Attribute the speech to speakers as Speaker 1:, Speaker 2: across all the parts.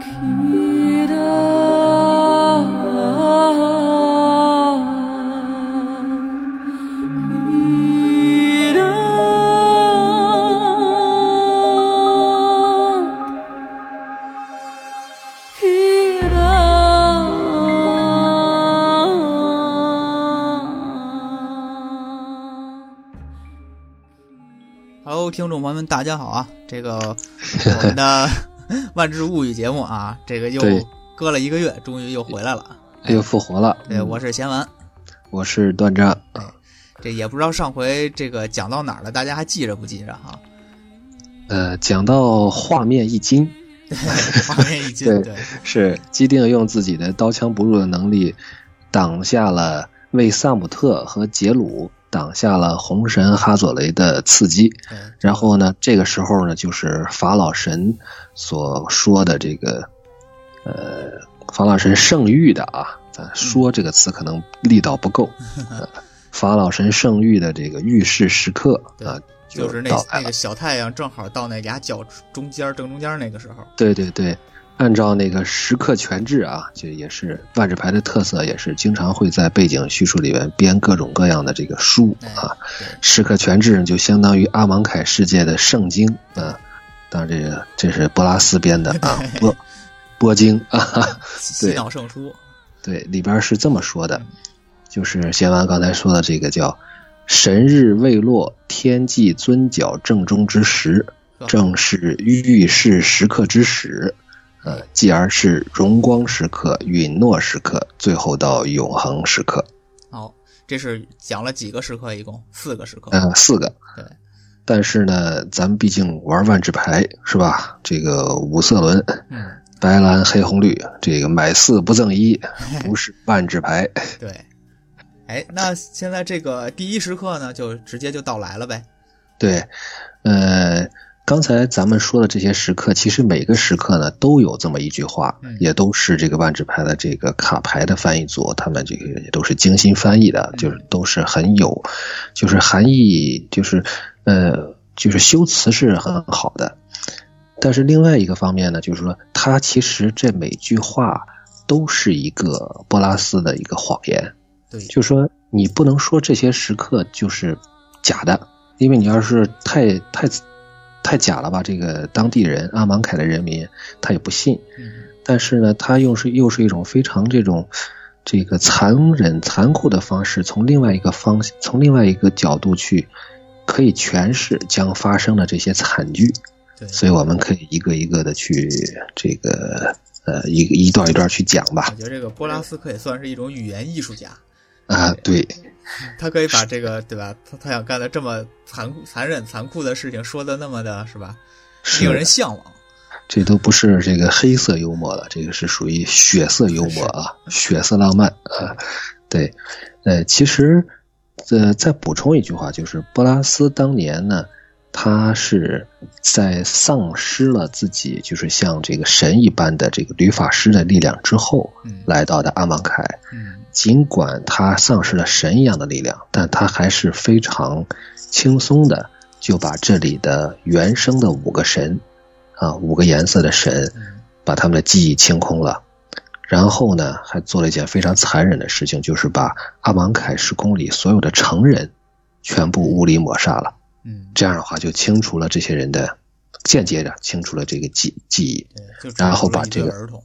Speaker 1: 皮的。
Speaker 2: Hello，听众朋友们，大家好啊！这个我们 的《万智物语》节目啊，这个又
Speaker 3: 对
Speaker 2: 隔了一个月，终于又回来了。
Speaker 3: 又哎复活了。
Speaker 2: 对，哎我是贤文，
Speaker 3: 我是段章，
Speaker 2: 这也不知道上回这个讲到哪儿了，大家还记着不记着 啊？
Speaker 3: 呃，讲到画面一惊，
Speaker 2: 画面一惊，
Speaker 3: 对
Speaker 2: 对
Speaker 3: 是基定用自己的刀枪不入的能力挡下了为萨姆特和杰鲁挡下了红神哈佐雷的刺激。
Speaker 2: 对
Speaker 3: 然后呢，这个时候呢，就是法老神所说的这个，呃，法老神圣域的啊，咱
Speaker 2: 嗯
Speaker 3: 说这个词可能力道 不够。呃法老神圣域的这个遇事时刻啊，
Speaker 2: 就是那
Speaker 3: 到来
Speaker 2: 那
Speaker 3: 了
Speaker 2: 个小太阳正好到那俩角中间正中间那个时候，
Speaker 3: 对对对，按照那个时刻全志啊，就也是万智牌的特色，也是经常会在背景叙述里面编各种各样的这个书
Speaker 2: 哎
Speaker 3: 啊。
Speaker 2: 对
Speaker 3: 时刻全志就相当于阿芒凯世界的圣经啊，当然这个这是波拉斯编的啊，波波经啊，
Speaker 2: 洗脑圣书，
Speaker 3: 对，里边是这么说的，就是贤完刚才说的这个叫。神日未落，天际尊角正中之时，
Speaker 2: 呵
Speaker 3: 正是遇事时刻之始，呃，继而是荣光时刻、允诺时刻，最后到永恒时刻，
Speaker 2: 好、这是讲了几个时刻，一共四个时刻，
Speaker 3: 呃，四个。
Speaker 2: 对，
Speaker 3: 但是呢，咱们毕竟玩万智牌是吧？这个五色轮，
Speaker 2: 嗯，
Speaker 3: 白蓝黑红绿，这个买四不赠一， 不是万智牌。
Speaker 2: 对。哎，那现在这个第一时刻呢，就直接就到来了呗。
Speaker 3: 对，呃，刚才咱们说的这些时刻，其实每个时刻呢都有这么一句话
Speaker 2: 嗯，
Speaker 3: 也都是这个万智牌的这个卡牌的翻译组，他们这个也都是精心翻译的，就是都是很有，就是含义，就是呃，就是修辞是很好的。但是另外一个方面呢，就是说，它其实这每句话都是一个波拉斯的一个谎言。
Speaker 2: 对，
Speaker 3: 就说你不能说这些时刻就是假的，因为你要是太太太假了吧，这个当地人阿芒凯的人民他也不信。
Speaker 2: 嗯，
Speaker 3: 但是呢，他又是又是一种非常这种这个残忍残酷的方式，从另外一个方从另外一个角度去可以诠释将发生的这些惨剧。
Speaker 2: 对，
Speaker 3: 所以我们可以一个一个的去这个呃一个一段一段去讲吧
Speaker 2: 我。觉得这个波拉斯可以算是一种语言艺术家，
Speaker 3: 啊，对。
Speaker 2: 他可以把这个对吧，他他想干的这么残酷、残忍、残酷的事情说的那么的是吧，
Speaker 3: 是
Speaker 2: 令人向往。
Speaker 3: 这都不是这个黑色幽默了，这个是属于血色幽默啊，血色浪漫啊。对，呃，其实，呃，再补充一句话，就是波拉斯当年呢，他是在丧失了自己就是像这个神一般的这个律法师的力量之后，
Speaker 2: 嗯
Speaker 3: 来到的阿芒凯。
Speaker 2: 嗯，
Speaker 3: 尽管他丧失了神一样的力量，但他还是非常轻松的就把这里的原生的五个神，啊，五个颜色的神
Speaker 2: 嗯，
Speaker 3: 把他们的记忆清空了。然后呢，还做了一件非常残忍的事情，就是把阿芒凯时空里所有的成人全部物理抹杀了。
Speaker 2: 嗯，
Speaker 3: 这样的话，就清除了这些人的，间接的清除了这个记记忆。
Speaker 2: 对，就
Speaker 3: 然后
Speaker 2: 除了
Speaker 3: 把
Speaker 2: 一对
Speaker 3: 这个
Speaker 2: 儿童，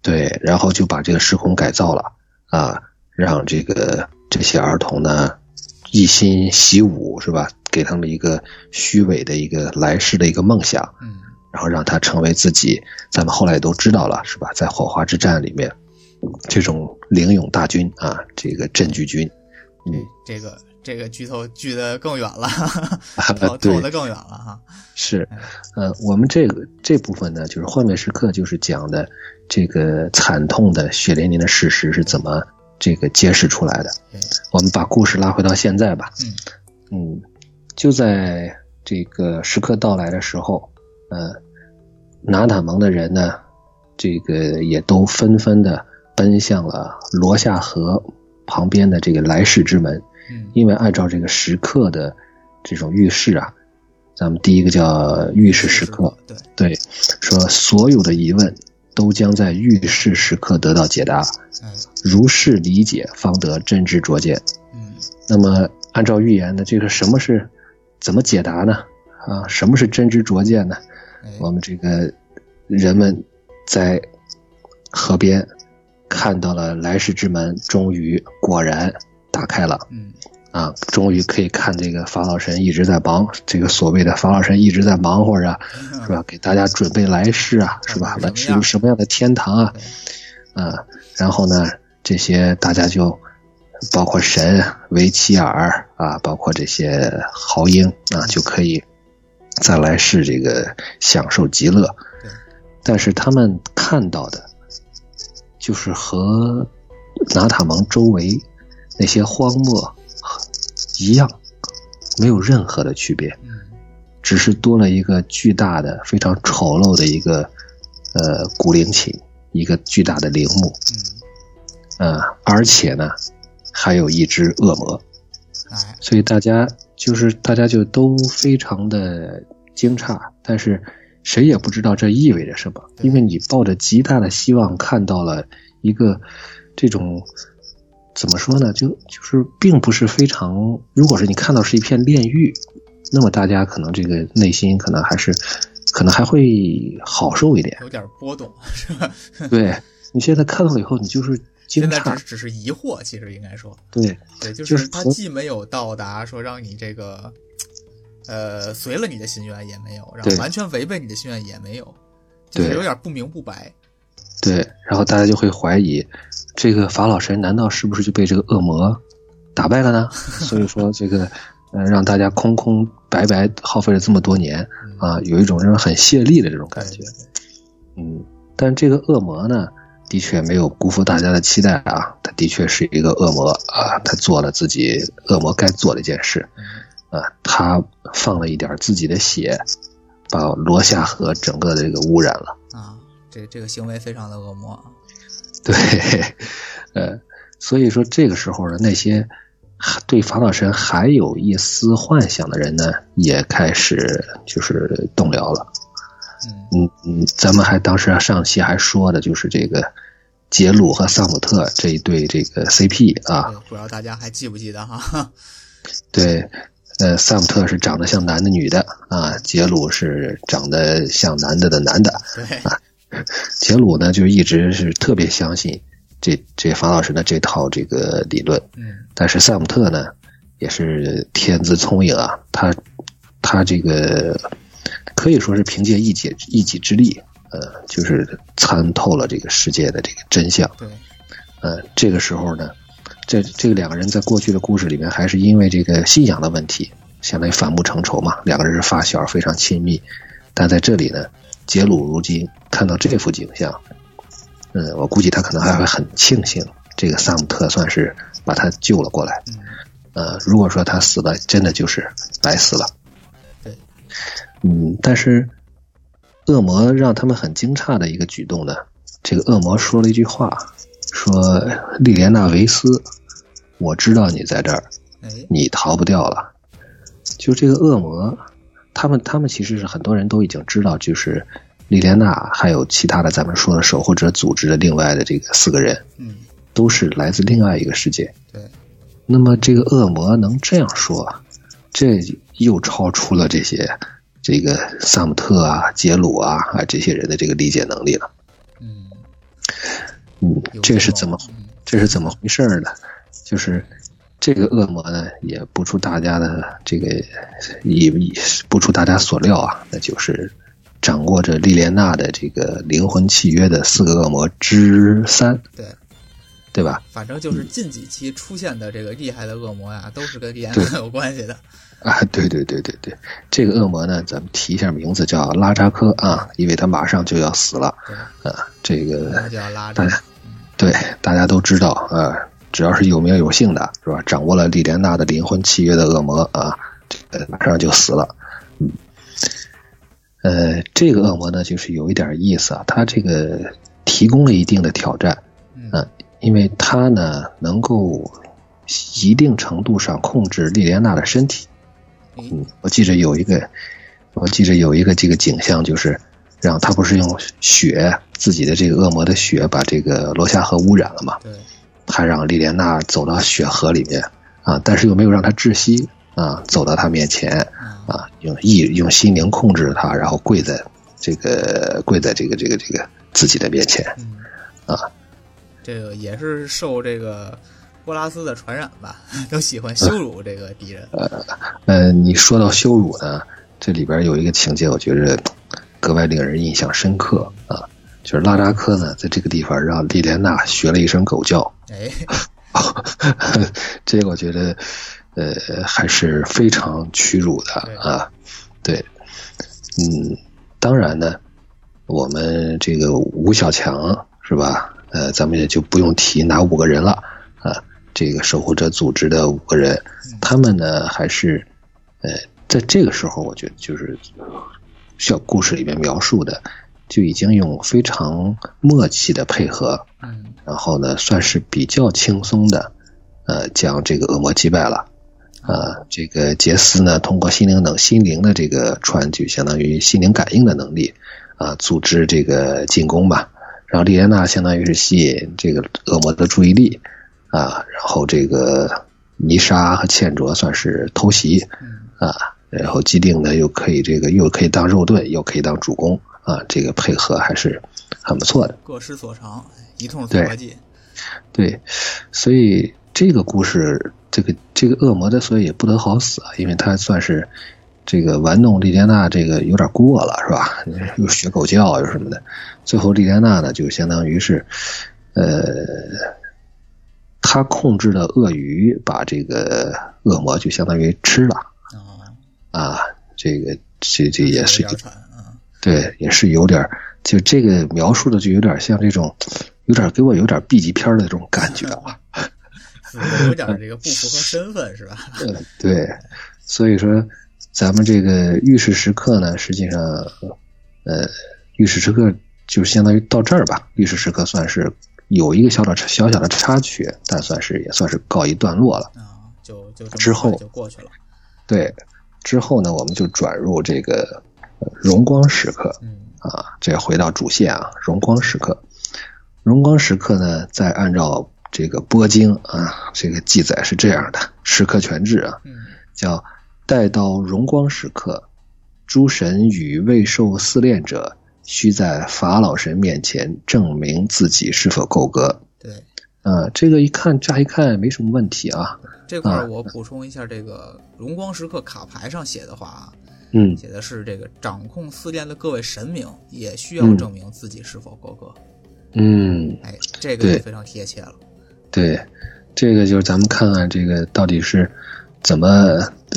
Speaker 3: 对，然后就把这个时空改造了啊，让这个这些儿童呢一心习武是吧？给他们一个虚伪的一个来世的一个梦想，
Speaker 2: 嗯，
Speaker 3: 然后让他成为自己。咱们后来也都知道了是吧？在火花之战里面，这种领勇大军啊，这个镇剧军，嗯，
Speaker 2: 这个这个剧透剧的更远了，
Speaker 3: 啊
Speaker 2: 透
Speaker 3: 对
Speaker 2: 透的更远了哈。
Speaker 3: 是，呃，我们这个这部分呢，就是幻灭时刻，就是讲的这个惨痛的血淋淋的事实是怎么这个揭示出来的
Speaker 2: 对。
Speaker 3: 我们把故事拉回到现在吧。
Speaker 2: 嗯
Speaker 3: 嗯，就在这个时刻到来的时候，呃，拿塔蒙的人呢，这个也都纷纷的奔向了罗夏河旁边的这个来世之门。
Speaker 2: 嗯，
Speaker 3: 因为按照这个时刻的这种预示啊，咱们第一个叫预示时刻，
Speaker 2: 对，
Speaker 3: 对，说所有的疑问都将在遇事时刻得到解答。
Speaker 2: 哎，
Speaker 3: 如是理解，方得真知灼见。
Speaker 2: 嗯
Speaker 3: 那么，按照预言的这个什么是怎么解答呢？啊，什么是真知灼见呢？
Speaker 2: 哎，
Speaker 3: 我们这个人们在河边看到了来世之门，终于果然打开了
Speaker 2: 嗯
Speaker 3: 啊！终于可以看这个法老神一直在忙，这个所谓的法老神一直在忙活着，
Speaker 2: 嗯
Speaker 3: 是吧？给大家准备来世啊，是吧？来世有什么样的天堂啊？啊，然后呢，这些大家就包括神、维齐尔啊，包括这些豪英啊，就可以在来世这个享受极乐
Speaker 2: 对。
Speaker 3: 但是他们看到的，就是和拿塔蒙周围那些荒漠一样，没有任何的区别。
Speaker 2: 嗯
Speaker 3: 只是多了一个巨大的、非常丑陋的一个呃古陵寝，一个巨大的陵墓，
Speaker 2: 嗯，
Speaker 3: 呃，而且呢，还有一只恶魔，
Speaker 2: 哎，
Speaker 3: 所以大家就是大家就都非常的惊诧，但是谁也不知道这意味着什么，
Speaker 2: 对
Speaker 3: 因为你抱着极大的希望看到了一个这种。怎么说呢？就就是并不是非常，如果是你看到是一片炼狱，那么大家可能这个内心可能还是，可能还会好 受一点。
Speaker 2: 有点波动是吧？
Speaker 3: 对你现在看到了以后，你就是惊
Speaker 2: 现在
Speaker 3: 诧
Speaker 2: 只，只是疑惑，其实应该说，
Speaker 3: 对
Speaker 2: 对，就
Speaker 3: 就是
Speaker 2: 是他
Speaker 3: 从
Speaker 2: 既没有到达说让你这个，呃，随了你的心愿也没有，然后
Speaker 3: 对
Speaker 2: 完全违背你的心愿也没有，就是
Speaker 3: 对
Speaker 2: 有点不明不白。
Speaker 3: 对，然后大家就会怀疑，这个法老神难道是不是就被这个恶魔打 败了呢？所以说这个，呃，让大家空空白白耗费了这么多年
Speaker 2: 嗯，
Speaker 3: 啊，有一种让人很泄力的这种感觉
Speaker 2: 对。
Speaker 3: 嗯，但这个恶魔呢，的确没有辜负大家的期待啊，他的确是一个恶魔啊，他做了自己恶魔该做的一件事
Speaker 2: 嗯
Speaker 3: 啊，他放了一点自己的血，把罗夏河整个的这个污染了。
Speaker 2: 啊，这这个行为非常的恶魔啊。
Speaker 3: 对，呃，所以说这个时候呢，那些还对法老神还有一丝幻想的人呢，也开始就是动摇了。
Speaker 2: 嗯
Speaker 3: 嗯嗯，咱们还当时上期还说的就是这个杰鲁和萨姆特这一对这个 CP 啊，
Speaker 2: 对，不知道大家还记不记得哈？
Speaker 3: 对，呃，萨姆特是长得像男的女的啊，杰鲁是长得像男的的男的，
Speaker 2: 对，
Speaker 3: 杰鲁呢就一直是特别相信这这法老神的这套这个理论。
Speaker 2: 嗯
Speaker 3: 但是萨姆特呢，也是天资聪颖啊，他他这个可以说是凭借一己一己之力，呃，就是参透了这个世界的这个真相。
Speaker 2: 对，
Speaker 3: 呃，这个时候呢，这这个两个人在过去的故事里面，还是因为这个信仰的问题，相当于反目成仇嘛。两个人是发小，非常亲密。但在这里呢，杰鲁如今看到这幅景象，嗯，我估计他可能还会很庆幸，这个萨姆特算是把他救了过来。
Speaker 2: 嗯
Speaker 3: 呃，如果说他死了，真的就是白死了。
Speaker 2: 对，
Speaker 3: 嗯，但是恶魔让他们很惊诧的一个举动呢，这个恶魔说了一句话，说莉莲娜维斯，我知道你在这儿，
Speaker 2: 哎，
Speaker 3: 你逃不掉了。就这个恶魔，他们他们其实是很多人都已经知道，就是莉莲娜还有其他的咱们说的守护者组织的另外的这个四个人，
Speaker 2: 嗯
Speaker 3: 都是来自另外一个世界。
Speaker 2: 对，
Speaker 3: 那么这个恶魔能这样说，这又超出了这些这个萨姆特啊、杰鲁啊啊这些人的这个理解能力了。
Speaker 2: 嗯，
Speaker 3: 嗯
Speaker 2: 有，
Speaker 3: 这
Speaker 2: 点
Speaker 3: 是
Speaker 2: 懵
Speaker 3: 怎么
Speaker 2: 嗯
Speaker 3: 这是怎么回事儿呢？就是这个恶魔呢，也不出大家的这个也也不出大家所料啊，那就是掌握着莉莲娜的这个灵魂契约的四个恶魔之三，
Speaker 2: 对，
Speaker 3: 对吧？
Speaker 2: 反正就是近几期出现的这个厉害的恶魔呀，都是跟莉安娜有关 系的。
Speaker 3: 啊，对对对对对，这个恶魔呢，咱们提一下名字叫拉扎科啊，因为他马上就要死了
Speaker 2: 对，
Speaker 3: 啊。这个
Speaker 2: 那就要拉着
Speaker 3: 大。对大家都知道啊，只要是有名有姓的，是吧？掌握了莉莲娜的灵魂契约的恶魔啊，这个马上就死了。嗯，呃，这个恶魔呢，就是有一点意思啊，他这个提供了一定的挑战，
Speaker 2: 嗯
Speaker 3: 嗯因为他呢能够一定程度上控制莉莲娜的身体。
Speaker 2: 嗯
Speaker 3: 我记着有一个，我记着有一个这个景象，就是让他不是用血自己的这个恶魔的血把这个罗夏河污染了嘛，
Speaker 2: 对，
Speaker 3: 他让莉莲娜走到血河里面啊，但是又没有让她窒息啊，走到他面前
Speaker 2: 啊
Speaker 3: 啊，用意用心灵控制他，然后跪在这个跪在这个这个这个自己的面前。
Speaker 2: 嗯
Speaker 3: 啊，
Speaker 2: 这个也是受这个波拉斯的传染吧， 都喜欢羞辱这个敌人。
Speaker 3: 呃，你说到羞辱呢，这里边有一个情节，我觉着格外令人印象深刻啊，就是拉扎科呢，在这个地方让莉莲娜学了一声狗叫，
Speaker 2: 哎，
Speaker 3: 这个我觉得，呃，还是非常屈辱的啊。对，嗯，当然呢，我们这个吴小强是吧？呃，咱们也就不用提哪五个人了啊。这个守护者组织的五个人，他们呢还是，呃，在这个时候，我觉得就是小故事里面描述的，就已经用非常默契的配合，
Speaker 2: 嗯，
Speaker 3: 然后呢，算是比较轻松的，呃，将这个恶魔击败了。啊、这个杰斯呢，通过心灵能心灵的这个传，就相当于心灵感应的能力，啊、组织这个进攻吧。然后莉莲娜相当于是吸引这个恶魔的注意力，啊，然后这个泥沙和茜卓算是偷袭，
Speaker 2: 嗯
Speaker 3: 啊，然后既定呢又可以这个又可以当肉盾，又可以当主攻，啊，这个配合还是很不错的。
Speaker 2: 各施所长，一通组合技。
Speaker 3: 对，所以这个故事，这个这个恶魔的，所以也不得好死啊，因为他算是这个玩弄莉莲娜，这个有点过了，是吧？又学狗叫啊又什么的，最后莉莲娜呢，就相当于是，呃，他控制了鳄鱼，把这个恶魔就相当于吃了
Speaker 2: 啊，
Speaker 3: 啊，这个这这也是一
Speaker 2: 有
Speaker 3: 个
Speaker 2: 点惨啊，
Speaker 3: 对，也是有点儿，就这个描述的就有点像这种，有点儿给我有点儿 B 级片儿的这种感觉啊。
Speaker 2: 似乎有点这个不符合身份是吧？
Speaker 3: 呃对，所以说咱们这个浴室时刻呢，实际上，呃，浴室时刻就相当于到这儿吧。浴室时刻算是有一个小小小小的插曲，但算是也算是告一段落了。
Speaker 2: 啊，就就这么快
Speaker 3: 嗯之后
Speaker 2: 就过去了。
Speaker 3: 对，之后呢，我们就转入这个呃荣光时刻。
Speaker 2: 嗯
Speaker 3: 啊，这回到主线啊，荣光时刻。荣光时刻呢，再按照这个波经啊，这个记载是这样的：时刻全志啊，
Speaker 2: 嗯
Speaker 3: 叫待到荣光时刻，诸神与未受试炼者，须在法老神面前证明自己是否够格。
Speaker 2: 对，
Speaker 3: 啊，这个一看，乍一看没什么问题啊。
Speaker 2: 这块儿我补充一下，这个荣光时刻卡牌上写的话啊，
Speaker 3: 嗯，
Speaker 2: 写的是这个掌控四殿的各位神明也需要证明自己是否够格。
Speaker 3: 嗯，
Speaker 2: 哎，这个
Speaker 3: 对
Speaker 2: 就非常贴切了。
Speaker 3: 对，这个就是咱们看看这个到底是怎么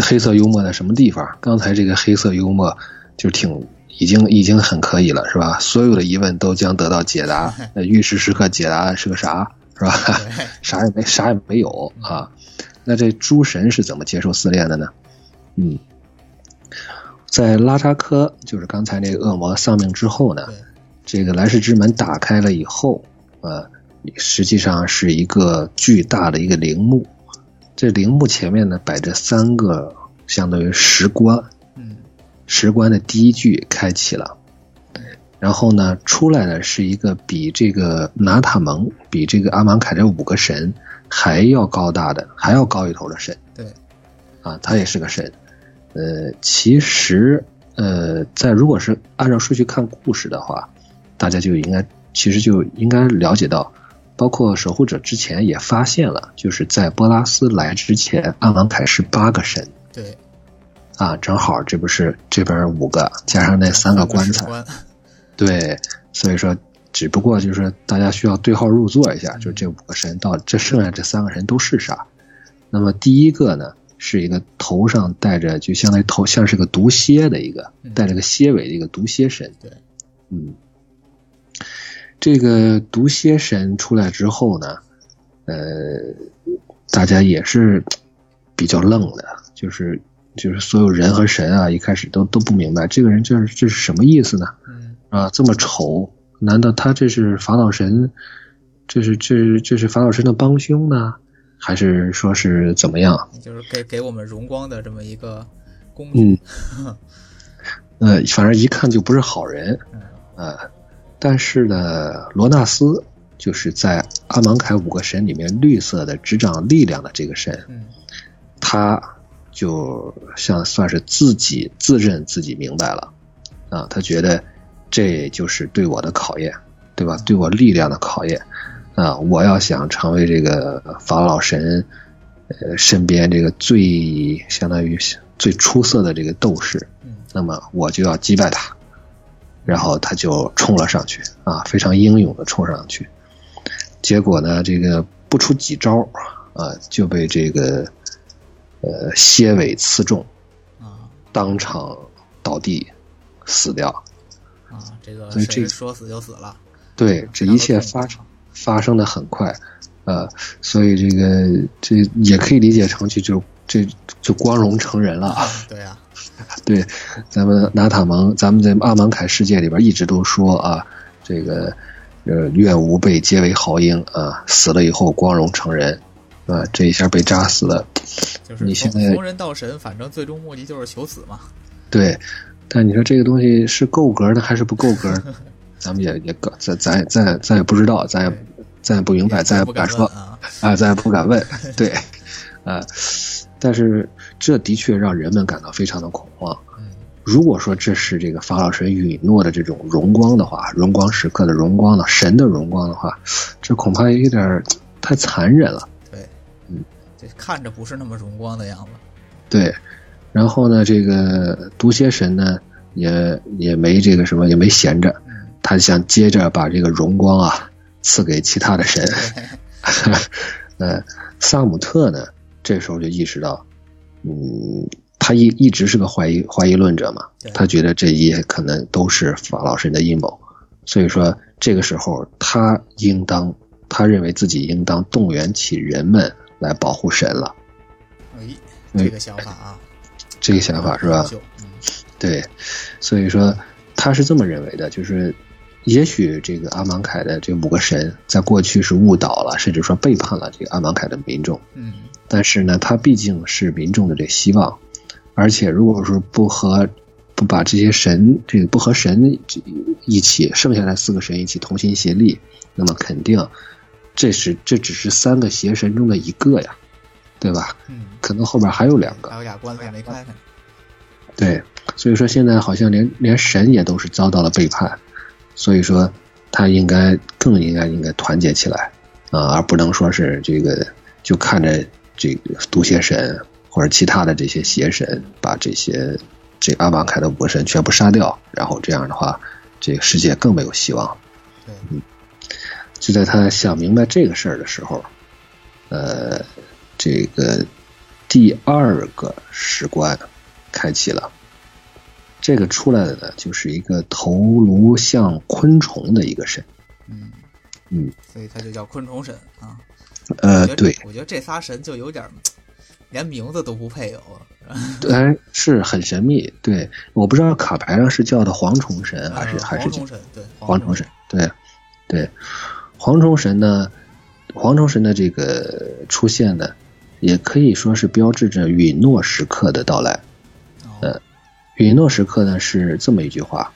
Speaker 3: 黑色幽默在什么地方。刚才这个黑色幽默就挺已经已经很可以了，是吧？所有的疑问都将得到解答。呃，玉石时刻解答是个啥，是吧？
Speaker 2: 对，
Speaker 3: 啥也没啥也没有啊。那这诸神是怎么接受试炼的呢？嗯，在拉扎科就是刚才那个恶魔丧命之后呢
Speaker 2: 对，
Speaker 3: 这个来世之门打开了以后，呃，实际上是一个巨大的一个陵墓。这陵墓前面呢摆着三个相当于石棺，
Speaker 2: 嗯
Speaker 3: 石棺的第一句开启了，然后呢，出来的是一个比这个拿塔蒙、比这个阿芒凯这五个神还要高大的、还要高一头的神
Speaker 2: 对，
Speaker 3: 啊，他也是个神。呃，其实呃，在如果是按照顺序看故事的话，大家就应该其实就应该了解到，包括守护者之前也发现了，就是在波拉斯来之前，阿芒凯是八个神。
Speaker 2: 对，
Speaker 3: 啊，正好这不是这边五个加上那三个棺材，
Speaker 2: 关，
Speaker 3: 对，所以说只不过就是大家需要对号入座一下，就这五个神到这剩下这三个神都是啥？那么第一个呢，是一个头上戴着就相当于头像是个毒蝎的一个
Speaker 2: 嗯
Speaker 3: 带着个蝎尾的一个毒蝎神，
Speaker 2: 对，
Speaker 3: 嗯，这个毒蝎神出来之后呢，呃，大家也是比较愣的，就是就是所有人和神啊，一开始都都不明白这个人这是这是什么意思呢？
Speaker 2: 嗯，
Speaker 3: 啊，这么丑，难道他这是法老神？这是这是这是法老神的帮凶呢？还是说是怎么样？
Speaker 2: 就是给给我们荣光的这么一个工具。
Speaker 3: 嗯，呃，反正一看就不是好人
Speaker 2: 嗯，
Speaker 3: 呃，但是呢，罗纳斯就是在阿芒凯五个神里面绿色的执掌力量的这个神，
Speaker 2: 嗯
Speaker 3: 他就像算是自己自认自己明白了，啊，他觉得这就是对我的考验，对吧？对我力量的考验，啊，我要想成为这个法老神，呃，身边这个最相当于最出色的这个斗士，
Speaker 2: 嗯
Speaker 3: 那么我就要击败他。然后他就冲了上去啊，非常英勇的冲上去。结果呢，这个不出几招啊，就被这个呃蝎尾刺中，
Speaker 2: 啊
Speaker 3: 当场倒地死掉。
Speaker 2: 啊，这个
Speaker 3: 所以这
Speaker 2: 谁
Speaker 3: 个
Speaker 2: 说死就死了，
Speaker 3: 对，这一切发生发生的很快，呃，所以这个这也可以理解成就就这就光荣成人了。啊。
Speaker 2: 嗯对呀、
Speaker 3: 对，咱们拿塔蒙，咱们在阿芒凯世界里边一直都说啊，这个呃，愿吾辈皆为豪英啊，死了以后光荣成人啊，这一下被扎死了，
Speaker 2: 就是
Speaker 3: 你
Speaker 2: 从
Speaker 3: 现在
Speaker 2: 从人到神，反正最终目的就是求死嘛。
Speaker 3: 对。但你说这个东西是够格呢，还是不够格 呢？咱们也也搞，咱咱也咱也咱也不知道，咱也咱也不明白，咱也
Speaker 2: 不
Speaker 3: 不
Speaker 2: 敢
Speaker 3: 敢说
Speaker 2: 问啊。
Speaker 3: 啊，咱也不敢问，对，啊，但是这的确让人们感到非常的恐慌。
Speaker 2: 嗯
Speaker 3: 如果说这是这个法老神允诺的这种荣光的话，荣光时刻的荣光呢，神的荣光的话，这恐怕有点儿太残忍了。
Speaker 2: 对，
Speaker 3: 嗯，
Speaker 2: 这看着不是那么荣光的样子。
Speaker 3: 对，然后呢，这个毒蝎神呢，也也没这个什么，也没闲着，
Speaker 2: 嗯，
Speaker 3: 他想接着把这个荣光啊赐给其他的神。
Speaker 2: 对，
Speaker 3: 呃，萨姆特呢，这时候就意识到，嗯，他一一直是个怀疑怀疑论者嘛
Speaker 2: 对，
Speaker 3: 他觉得这一切可能都是法老神的阴谋，所以说这个时候他应当，他认为自己应当动员起人们来保护神了，
Speaker 2: 哎，这个想法啊，
Speaker 3: 这个想法是吧？
Speaker 2: 就嗯，
Speaker 3: 对，所以说他是这么认为的，就是也许这个阿芒凯的这五个神在过去是误导了，甚至说背叛了这个阿芒凯的民众。
Speaker 2: 嗯，
Speaker 3: 但是呢，它毕竟是民众的这希望，而且如果说不和不把这些神这个不和神一起，剩下来四个神一起同心协力，那么肯定这是这只是三个邪神中的一个呀，对吧？
Speaker 2: 嗯，
Speaker 3: 可能后边还有两个
Speaker 2: 还，有俩关子也没开开。
Speaker 3: 对，所以说现在好像连连神也都是遭到了背叛，所以说他应该更应该应该团结起来啊，而不能说是这个就看着这个毒邪神或者其他的这些邪神把这些这个阿芒凯的五个神全部杀掉，然后这样的话，这个世界更没有希望。
Speaker 2: 对，
Speaker 3: 嗯就在他想明白这个事儿的时候，呃，这个第二个石棺开启了。这个出来的呢，就是一个头颅像昆虫的一个神。
Speaker 2: 嗯
Speaker 3: 嗯，
Speaker 2: 所以它就叫昆虫神啊。
Speaker 3: 呃
Speaker 2: 我觉，得
Speaker 3: 对，，
Speaker 2: 我觉得这仨神就有点儿，连名字都不配有啊了。
Speaker 3: 哎，是很神秘。对，我不知道卡牌上是叫的蝗虫神啊还是
Speaker 2: 呃
Speaker 3: 还是
Speaker 2: 蝗
Speaker 3: 叫
Speaker 2: 虫神？对，
Speaker 3: 蝗
Speaker 2: 虫
Speaker 3: 虫神。。对，对，蝗虫神呢，蝗虫神的这个出现呢，也可以说是标志着允诺时刻的到来。嗯
Speaker 2: 哦，
Speaker 3: 允诺时刻呢是这么一句话：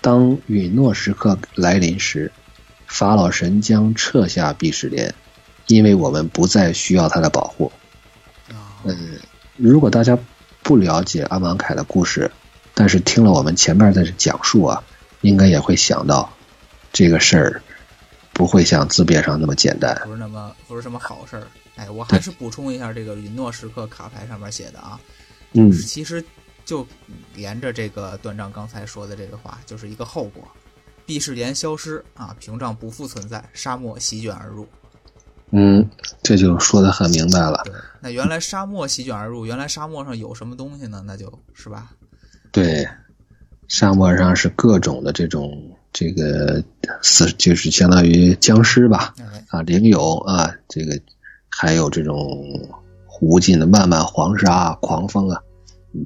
Speaker 3: 当允诺时刻来临时，法老神将撤下避世莲，因为我们不再需要他的保护。
Speaker 2: 啊
Speaker 3: 嗯，如果大家不了解阿芒凯的故事，但是听了我们前面的讲述啊，应该也会想到这个事儿不会像字面上那么简单。
Speaker 2: 不是那么不是什么好事儿。哎，我还是补充一下这个允诺时刻卡牌上面写的啊，
Speaker 3: 嗯
Speaker 2: 其实就沿着这个段章刚才说的这个话，就是一个后果。毕世莲消失啊，屏障不复存在，沙漠席卷而入。
Speaker 3: 嗯，这就说的很明白了。
Speaker 2: 对，那原来沙漠席卷而入，原来沙漠上有什么东西呢？那就是吧，
Speaker 3: 对，沙漠上是各种的这种这个死，就是相当于僵尸吧，
Speaker 2: 哎，
Speaker 3: 啊，灵友啊，这个还有这种无尽的漫漫黄沙、啊、狂风啊，嗯，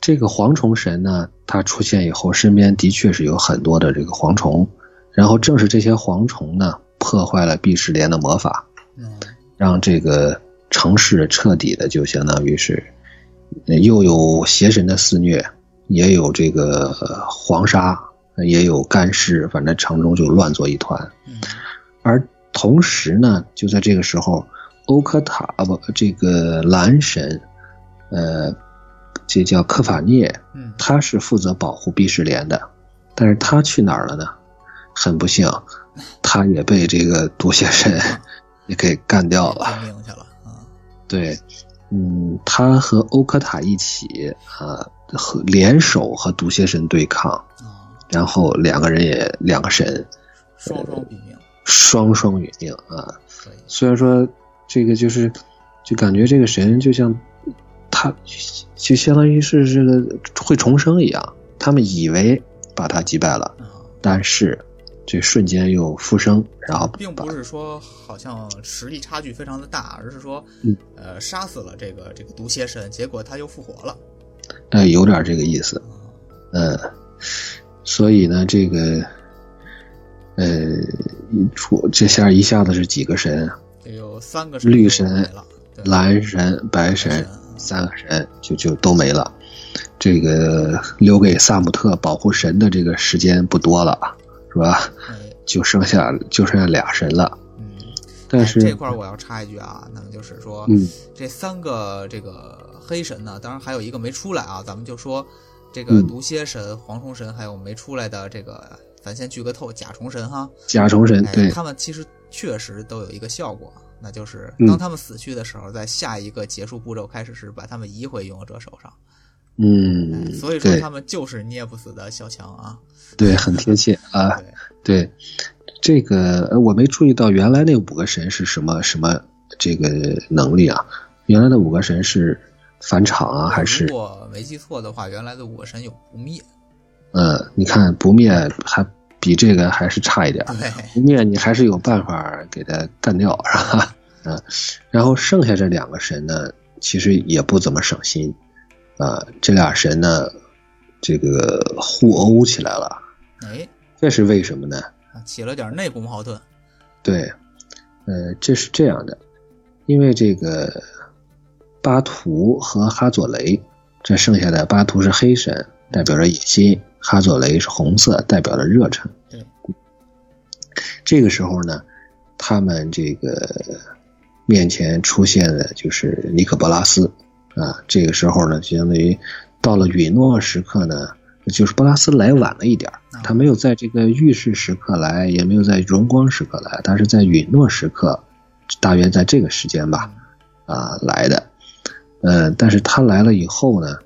Speaker 3: 这个蝗虫神呢，它出现以后，身边的确是有很多的这个蝗虫，然后正是这些蝗虫呢，破坏了毕世莲的魔法，
Speaker 2: 嗯，
Speaker 3: 让这个城市彻底的就相当于是，呃又有邪神的肆虐，也有这个呃黄沙也有干事，反正城中就乱作一团。
Speaker 2: 嗯
Speaker 3: 而同时呢，就在这个时候，欧科塔啊不，这个蓝神，呃，这叫克法涅，
Speaker 2: 嗯
Speaker 3: 他是负责保护毕士莲的，但是他去哪儿了呢？很不幸，他也被这个毒蝎神 也给干掉了。
Speaker 2: 天命去了啊，
Speaker 3: 对，嗯，他和欧科塔一起啊，和联手和毒蝎神对抗，
Speaker 2: 啊，
Speaker 3: 然后两个人也两个神
Speaker 2: 双双毙命，
Speaker 3: 双双殒命啊。
Speaker 2: 可以，
Speaker 3: 虽然说这个就是，就感觉这个神就像他，就相当于是这个会重生一样，他们以为把他击败了，
Speaker 2: 啊，
Speaker 3: 但是这瞬间又复生，然后
Speaker 2: 并不是说好像实力差距非常的大，而是说
Speaker 3: 嗯，
Speaker 2: 呃，杀死了这个这个毒蝎神，结果他又复活了，
Speaker 3: 呃有点这个意思。
Speaker 2: 啊，
Speaker 3: 嗯，所以呢，这个，呃，一出这下一下子是几个神，
Speaker 2: 这有三个神
Speaker 3: 绿
Speaker 2: 都
Speaker 3: 神
Speaker 2: 没了，对
Speaker 3: 蓝神、白
Speaker 2: 白
Speaker 3: 神
Speaker 2: 神嗯
Speaker 3: 三个神就就都没了。这个留给萨姆特保护神的这个时间不多了，是吧？
Speaker 2: 哎
Speaker 3: 就剩下就剩下俩神了。
Speaker 2: 嗯，
Speaker 3: 但
Speaker 2: 哎
Speaker 3: 是，
Speaker 2: 这块儿我要插一句啊，那么就是说，
Speaker 3: 嗯
Speaker 2: 这三个这个黑神呢，当然还有一个没出来啊，咱们就说这个
Speaker 3: 嗯
Speaker 2: 毒蝎神、蝗虫神，还有没出来的这个，咱先剧个透，甲虫神哈，
Speaker 3: 甲虫神
Speaker 2: 哎，
Speaker 3: 嗯对，
Speaker 2: 他们其实确实都有一个效果，那就是
Speaker 3: 嗯
Speaker 2: 当他们死去的时候，在下一个结束步骤开始时，把他们移回拥有者手上。
Speaker 3: 嗯
Speaker 2: 哎，所以说
Speaker 3: 对
Speaker 2: 他们就是捏不死的小强啊。
Speaker 3: 对，很贴切啊。
Speaker 2: 对，
Speaker 3: 对，这个呃我没注意到原来那五个神是什么什么这个能力啊？原来的五个神是返场啊，还
Speaker 2: 如
Speaker 3: 是
Speaker 2: 果没记错的话，原来的五个神有不灭。
Speaker 3: 呃？你看不灭还比这个还是差一点儿，
Speaker 2: 对，
Speaker 3: 不灭你还是有办法给它干掉，是吧？啊，然后剩下这两个神呢，其实也不怎么省心，啊，这俩神呢，这个互殴起来了，
Speaker 2: 哎，
Speaker 3: 这是为什么呢？
Speaker 2: 起了点内部矛盾。
Speaker 3: 对，呃，这是这样的，因为这个巴图和哈佐雷，这剩下的巴图是黑神，代表着野心；哈佐雷是红色，代表着热忱。
Speaker 2: 对，
Speaker 3: 这个时候呢，他们这个面前出现的就是尼可波拉斯啊。这个时候呢，就相当于到了允诺时刻呢，就是波拉斯来晚了一点儿
Speaker 2: 啊，
Speaker 3: 他没有在这个浴室时刻来，也没有在荣光时刻来，他是在允诺时刻，大约在这个时间吧，啊来的。呃，但是他来了以后呢，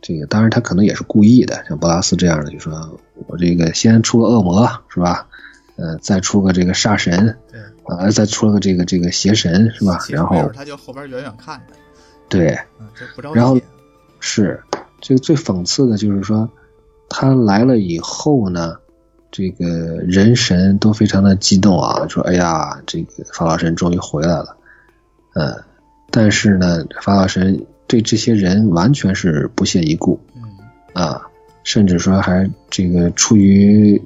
Speaker 3: 这个当然他可能也是故意的，像博拉斯这样的，就说我这个先出个恶魔是吧？呃，再出个这个煞神
Speaker 2: 对，
Speaker 3: 啊、再出个这个这个邪神是吧？
Speaker 2: 其实
Speaker 3: 然
Speaker 2: 没
Speaker 3: 后
Speaker 2: 准他就后边远远看着，
Speaker 3: 对，
Speaker 2: 嗯，这不着急。
Speaker 3: 然后是这个最讽刺的就是说，他来了以后呢，这个人神都非常的激动啊，说哎呀，这个法老神终于回来了，嗯，但是呢，法老神对这些人完全是不屑一顾，
Speaker 2: 嗯，
Speaker 3: 啊，甚至说还这个出于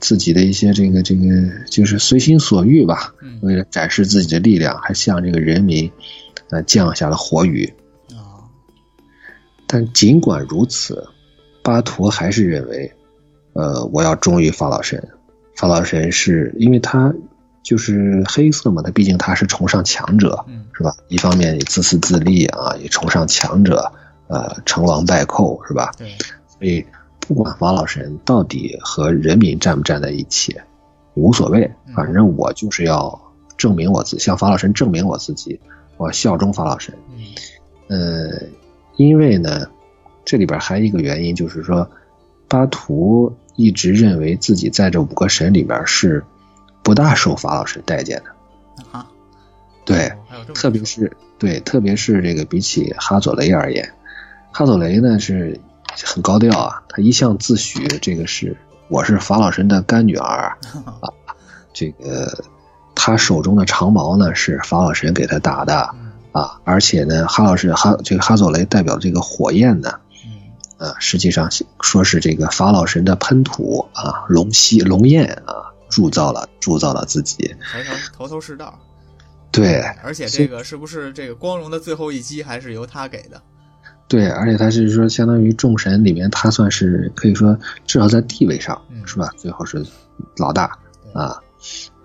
Speaker 3: 自己的一些这个这个就是随心所欲吧，
Speaker 2: 嗯
Speaker 3: 为了展示自己的力量，还向这个人民呃降下了火雨。
Speaker 2: 啊，
Speaker 3: 但尽管如此，巴图还是认为，呃，我要忠于法老神。法老神是因为他就是黑色嘛，他毕竟他是崇尚强者，
Speaker 2: 嗯
Speaker 3: 是吧？一方面也自私自利啊，也崇尚强者，呃，成王败寇，是吧？
Speaker 2: 对，
Speaker 3: 所以不管法老神到底和人民站不站在一起，无所谓，
Speaker 2: 嗯
Speaker 3: 反正我就是要证明我自向法老神证明我自己，我要效忠法老神。
Speaker 2: 嗯
Speaker 3: 呃，因为呢，这里边还有一个原因就是说，巴图一直认为自己在这五个神里边是不大受法老神待见的，
Speaker 2: 啊，
Speaker 3: 对。
Speaker 2: 哦，还有这么
Speaker 3: 特别是对，特别是这个比起哈佐雷而言，哈佐雷呢是很高调啊，他一向自诩这个是我是法老神的干女儿，啊这个他手中的长矛呢是法老神给他打的
Speaker 2: 嗯
Speaker 3: 啊，而且呢，哈老师哈这个哈佐雷代表这个火焰呢，
Speaker 2: 嗯
Speaker 3: 啊，实际上说是这个法老神的喷吐啊，龙息龙焰啊，铸造了铸造了自己，
Speaker 2: 头头头头是道。
Speaker 3: 对
Speaker 2: 而且
Speaker 3: 所
Speaker 2: 这
Speaker 3: 以
Speaker 2: 个是不是这个光荣的最后一击还是由他给的？
Speaker 3: 对，而且他是说，相当于众神里面，他算是可以说至少在地位上
Speaker 2: 嗯
Speaker 3: 是吧？最后是老大啊，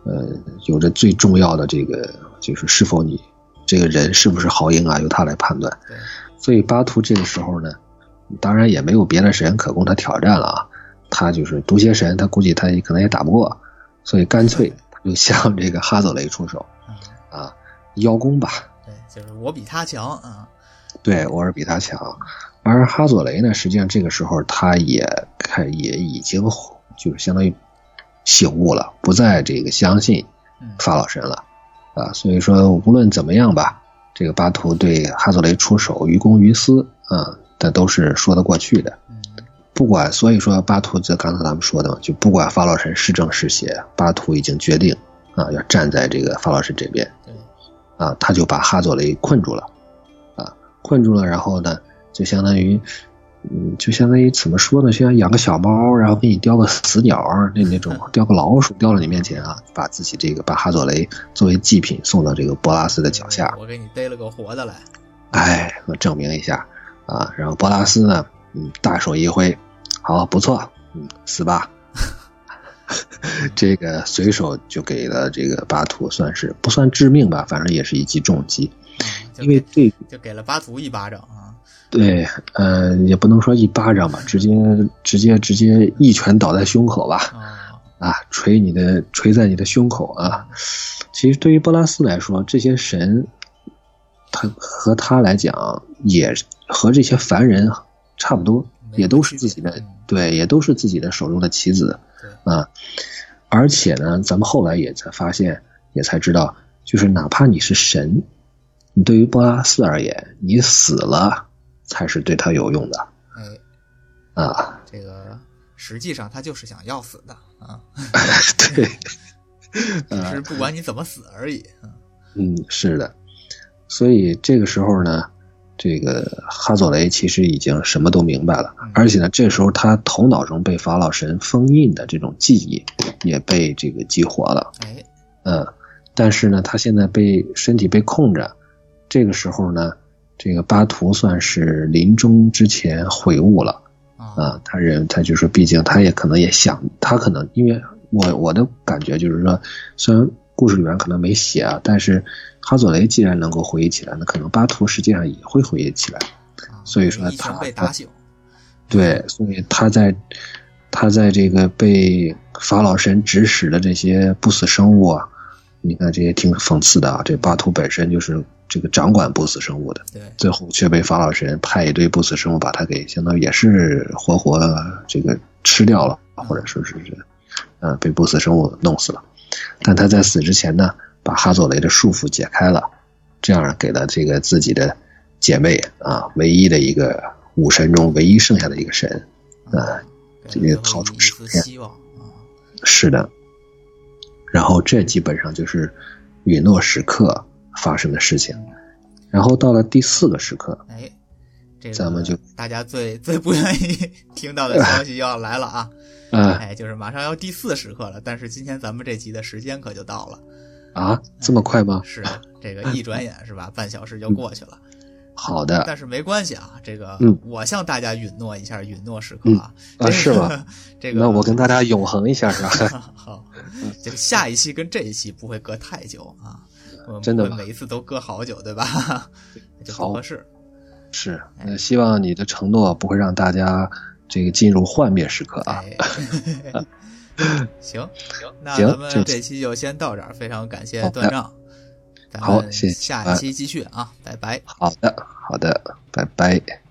Speaker 3: 呃，有着最重要的这个就是是否你这个人是不是豪英啊，由他来判断。
Speaker 2: 对，
Speaker 3: 所以巴图这个时候呢，当然也没有别的神可供他挑战了啊，他就是毒蝎神，他估计他也可能也打不过，所以干脆他就向这个哈佐雷出手
Speaker 2: 嗯，
Speaker 3: 啊，邀功吧，
Speaker 2: 对，就是我比他强啊，
Speaker 3: 对，我是比他强。而哈佐雷呢，实际上这个时候他也开也已经就是相当于醒悟了，不再这个相信
Speaker 2: 嗯，
Speaker 3: 法老神了啊。所以说，无论怎么样吧，这个巴图对哈佐雷出手于公于私啊，但都是说得过去的。
Speaker 2: 嗯，
Speaker 3: 不管，所以说巴图就刚才咱们说的嘛，就不管法老神是正是邪，巴图已经决定啊，要站在这个法老神这边。
Speaker 2: 对，
Speaker 3: 啊，他就把哈佐雷困住了，啊，困住了，然后呢，就相当于，嗯，就相当于怎么说呢，就像养个小猫，然后给你叼个死鸟儿那那种，叼个老鼠叼到你面前啊，把自己这个把哈佐雷作为祭品送到这个博拉斯的脚下，
Speaker 2: 我给你逮了个活的来，
Speaker 3: 哎，我证明一下啊，然后博拉斯呢，嗯，大手一挥，好，不错，嗯，死吧。这个随手就给了这个巴图，算是不算致命吧，反正也是一记重击。
Speaker 2: 嗯、就
Speaker 3: 因为
Speaker 2: 给
Speaker 3: 这
Speaker 2: 就给了巴图一巴掌啊，
Speaker 3: 对，呃，也不能说一巴掌吧，直接直接直接一拳倒在胸口吧，
Speaker 2: 啊，
Speaker 3: 啊，捶你的捶在你的胸口啊。其实对于波拉斯来说，这些神，他和他来讲，也和这些凡人差不多，
Speaker 2: 没
Speaker 3: 也都是自己的
Speaker 2: 区别嗯
Speaker 3: 对，也都是自己的手中的棋子
Speaker 2: 对
Speaker 3: 啊。而且呢，咱们后来也才发现，也才知道，就是哪怕你是神，你对于波拉斯而言，你死了才是对他有用的
Speaker 2: 哎，
Speaker 3: 啊。
Speaker 2: 这个实际上他就是想要死的啊，
Speaker 3: 对，
Speaker 2: 只
Speaker 3: 呃
Speaker 2: 是不管你怎么死而已，嗯
Speaker 3: 嗯，是的。所以这个时候呢，这个哈佐雷其实已经什么都明白了
Speaker 2: 嗯，
Speaker 3: 而且呢，这时候他头脑中被法老神封印的这种记忆也被这个激活了。
Speaker 2: 哎，
Speaker 3: 嗯，但是呢，他现在被身体被控着，这个时候呢，这个巴图算是临终之前悔悟了
Speaker 2: 啊，
Speaker 3: 啊。他人他就说，毕竟他也可能也想，他可能因为我我的感觉就是说，虽然故事里面可能没写啊，但是哈佐雷既然能够回忆起来，那可能巴图实际上也会回忆起来。
Speaker 2: 啊
Speaker 3: 所以说
Speaker 2: 一拳
Speaker 3: 他
Speaker 2: 被打醒，
Speaker 3: 对，所以他在他在这个被法老神指使的这些不死生物啊，你看这也挺讽刺的啊。这巴图本身就是这个掌管不死生物的，
Speaker 2: 对，
Speaker 3: 最后却被法老神派一堆不死生物把他给相当于也是活活这个吃掉了，或者说是是呃被不死生物弄死了。但他在死之前呢，把哈佐雷的束缚解开了，这样给了这个自己的姐妹啊唯一的一个武神中唯一剩下的一个神啊，这
Speaker 2: 给
Speaker 3: 个
Speaker 2: 了
Speaker 3: 逃出
Speaker 2: 一
Speaker 3: 生
Speaker 2: 丝
Speaker 3: 天
Speaker 2: 希望啊，
Speaker 3: 是的。然后这基本上就是陨落时刻发生的事情。然后到了第四个时刻，
Speaker 2: 哎，这个
Speaker 3: 咱们就
Speaker 2: 大家最最不愿意 听到的消息要来了啊！
Speaker 3: 呃
Speaker 2: 哎，就是马上要第四时刻了，但是今天咱们这集的时间可就到了。
Speaker 3: 啊，这么快吗？
Speaker 2: 是的，这个一转眼是吧，半小时就过去了。
Speaker 3: 好的，
Speaker 2: 但是没关系啊，这个
Speaker 3: 嗯
Speaker 2: 我向大家允诺一下允诺时刻啊，
Speaker 3: 嗯啊
Speaker 2: 这
Speaker 3: 是
Speaker 2: 个
Speaker 3: 吗？
Speaker 2: 这个
Speaker 3: 那我跟大家永恒一下是 吧？
Speaker 2: 好，这个下一期跟这一期不会隔太久啊，我们
Speaker 3: 真的
Speaker 2: 不会
Speaker 3: 吗
Speaker 2: 每一次都隔好久，对吧？ 就不
Speaker 3: 好
Speaker 2: 合适。
Speaker 3: 是，呃，希望你的承诺不会让大家这个进入幻灭时刻啊。
Speaker 2: 哎， 行行，那
Speaker 3: 行
Speaker 2: 咱们
Speaker 3: 这
Speaker 2: 这期就先到这儿，非常感谢
Speaker 3: 好
Speaker 2: 段
Speaker 3: 的
Speaker 2: 丈，咱
Speaker 3: 好
Speaker 2: 们
Speaker 3: 谢谢嗯
Speaker 2: 下
Speaker 3: 拜
Speaker 2: 一期继续啊，拜拜。
Speaker 3: 好的，好的，拜拜。